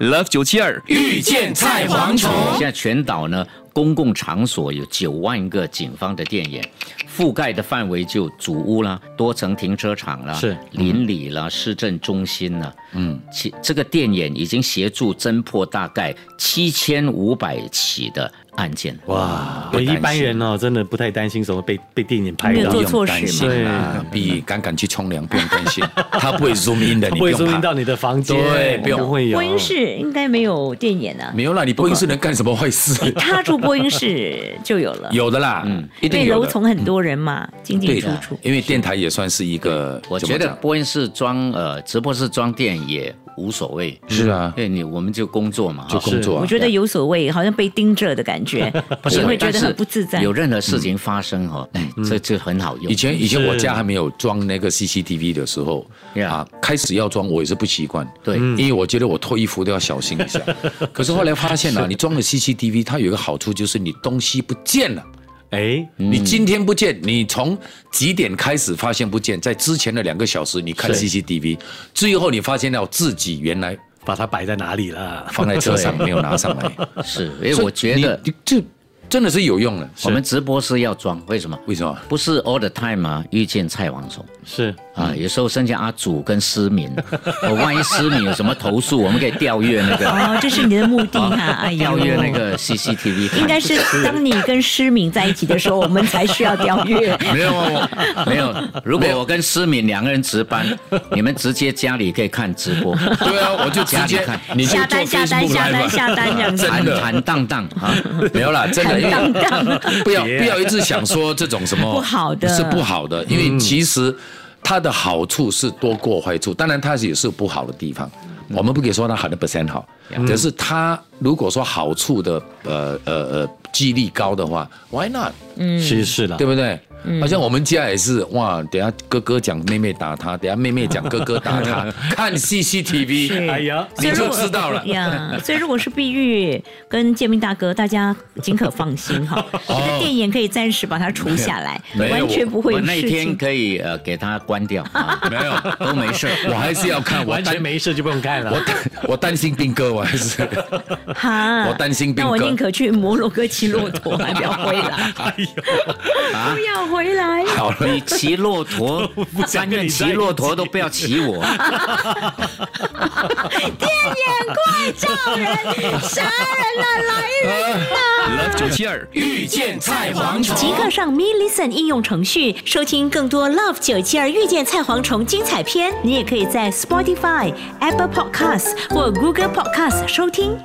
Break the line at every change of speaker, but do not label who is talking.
Love 九七二
遇见
哎
菜蝗虫。
现在全岛呢，公共场所有九万个警方的电眼，覆盖的范围就主屋啦、多层停车场啦、
是
邻里啦、市政中心啦。嗯，其这个电眼已经协助侦破大概七千五百起的案件。
哇，
不
对
担
一般
心
人哦，真的不太担心什么被被电影拍
没有
到
不
做，
用
错
担
事
心
嘛
啦，比敢敢去冲凉不用担心，他不会 zoom in 的，
他
你不
不会
用
收音
怕。
到你的房间，
对不用
不会有
播音室应该没有电眼啊，
没有啦，你播音室能干什么坏事？
踏入播音室就有了。
有的啦，嗯，一定
被
有
揉
的。嗯
从很多人嘛，进进
对
出
的
出，。
因为电台也算是一个，
我
怎么
觉得
讲
播音室装呃直播室装电也无所谓，
是啊
因为你我们就工作嘛，
就
哈
工作啊
我，觉得有所谓，好像被盯着的 感觉，
是
你会觉得
但是
很不自在。
有任何事情发生哦，哎，这就很好
嗯
用
以。前以前
是
我家还没有装那个 CCTV 的时候
Yeah
啊，开始要装我也是不习惯，
对
因为我觉得我脱衣服都要小心一下。可是后来发现啊了，你装了 CCTV，它有一个好处就是你东西不见了。
哎，
你今天不见，你从几点开始发现不见？在之前的两个小时，你看
是
CCTV，最后你发现了自己原来
把它摆在哪里了？
放在车上没有拿上来。哎
是，因为
所以
我觉得
你你这真的是有用的。
我们直播室要装，为什么？
为 什么？
不是 all the time 啊，遇见菜蝗虫
是
啊，有时候剩下阿祖跟思敏， 我万一思敏有什么投诉，我们可以调阅那 个，
哦，这是你的目 的
啊
哈、哎呦
调阅那。个 CCTV 看。
应该是当你跟诗敏在一起的时候，我们才需要调阅。
没有我没有，如果我跟思敏两个人值班，你们直接家里可以看直播，
对啊，我就直
家里
接
看
你就
下
做
单下单
Facebook
下
Live
单
吧
下单这样子，
坦
真的
坦荡荡啊。
没有啦，真的，因为 不要不要一直想说这种什么
不好的
是不好的，因
嗯
为其实它的好处是多过坏处，当然它也是有不好的地方，
嗯
我们不可以说它好的 percent 好，可是它如果说好处的呃呃呃几率高的话，why not？
其实是了
对，不对？
嗯
好像我们家也是，哇，等下哥哥讲妹妹打他，等下妹妹讲哥哥打 他，看 CCTV，
哎呀，
你就知道了。
呀。所以如果是碧玉跟建明大哥，大家尽可放心哈。这个电影可以暂时把它除下 来，
没有
完全不会
我
哦有
那
事
天
情。
可以呃给他关掉啊，
没有，
都没事。
我还是要看，我
完全
担
没事就不用看了
我。 担我担心兵哥，我还是
哈
我担心兵
那 我
哥
宁可去摩洛哥骑骆驼，还不要回 来，
哎呦，
不要回来。
好了。
你骑骆驼，
想
甘
跟
愿
你在一
骑
起
骆驼都不要骑我。
叫人杀人了，来人！
Love 九七二
遇见菜蝗虫。
即刻上 Me Listen 应用程序收听更多 Love 九七二遇见菜蝗虫精彩片。你也可以在 Spotify、Apple Podcasts 或 Google Podcasts 收听。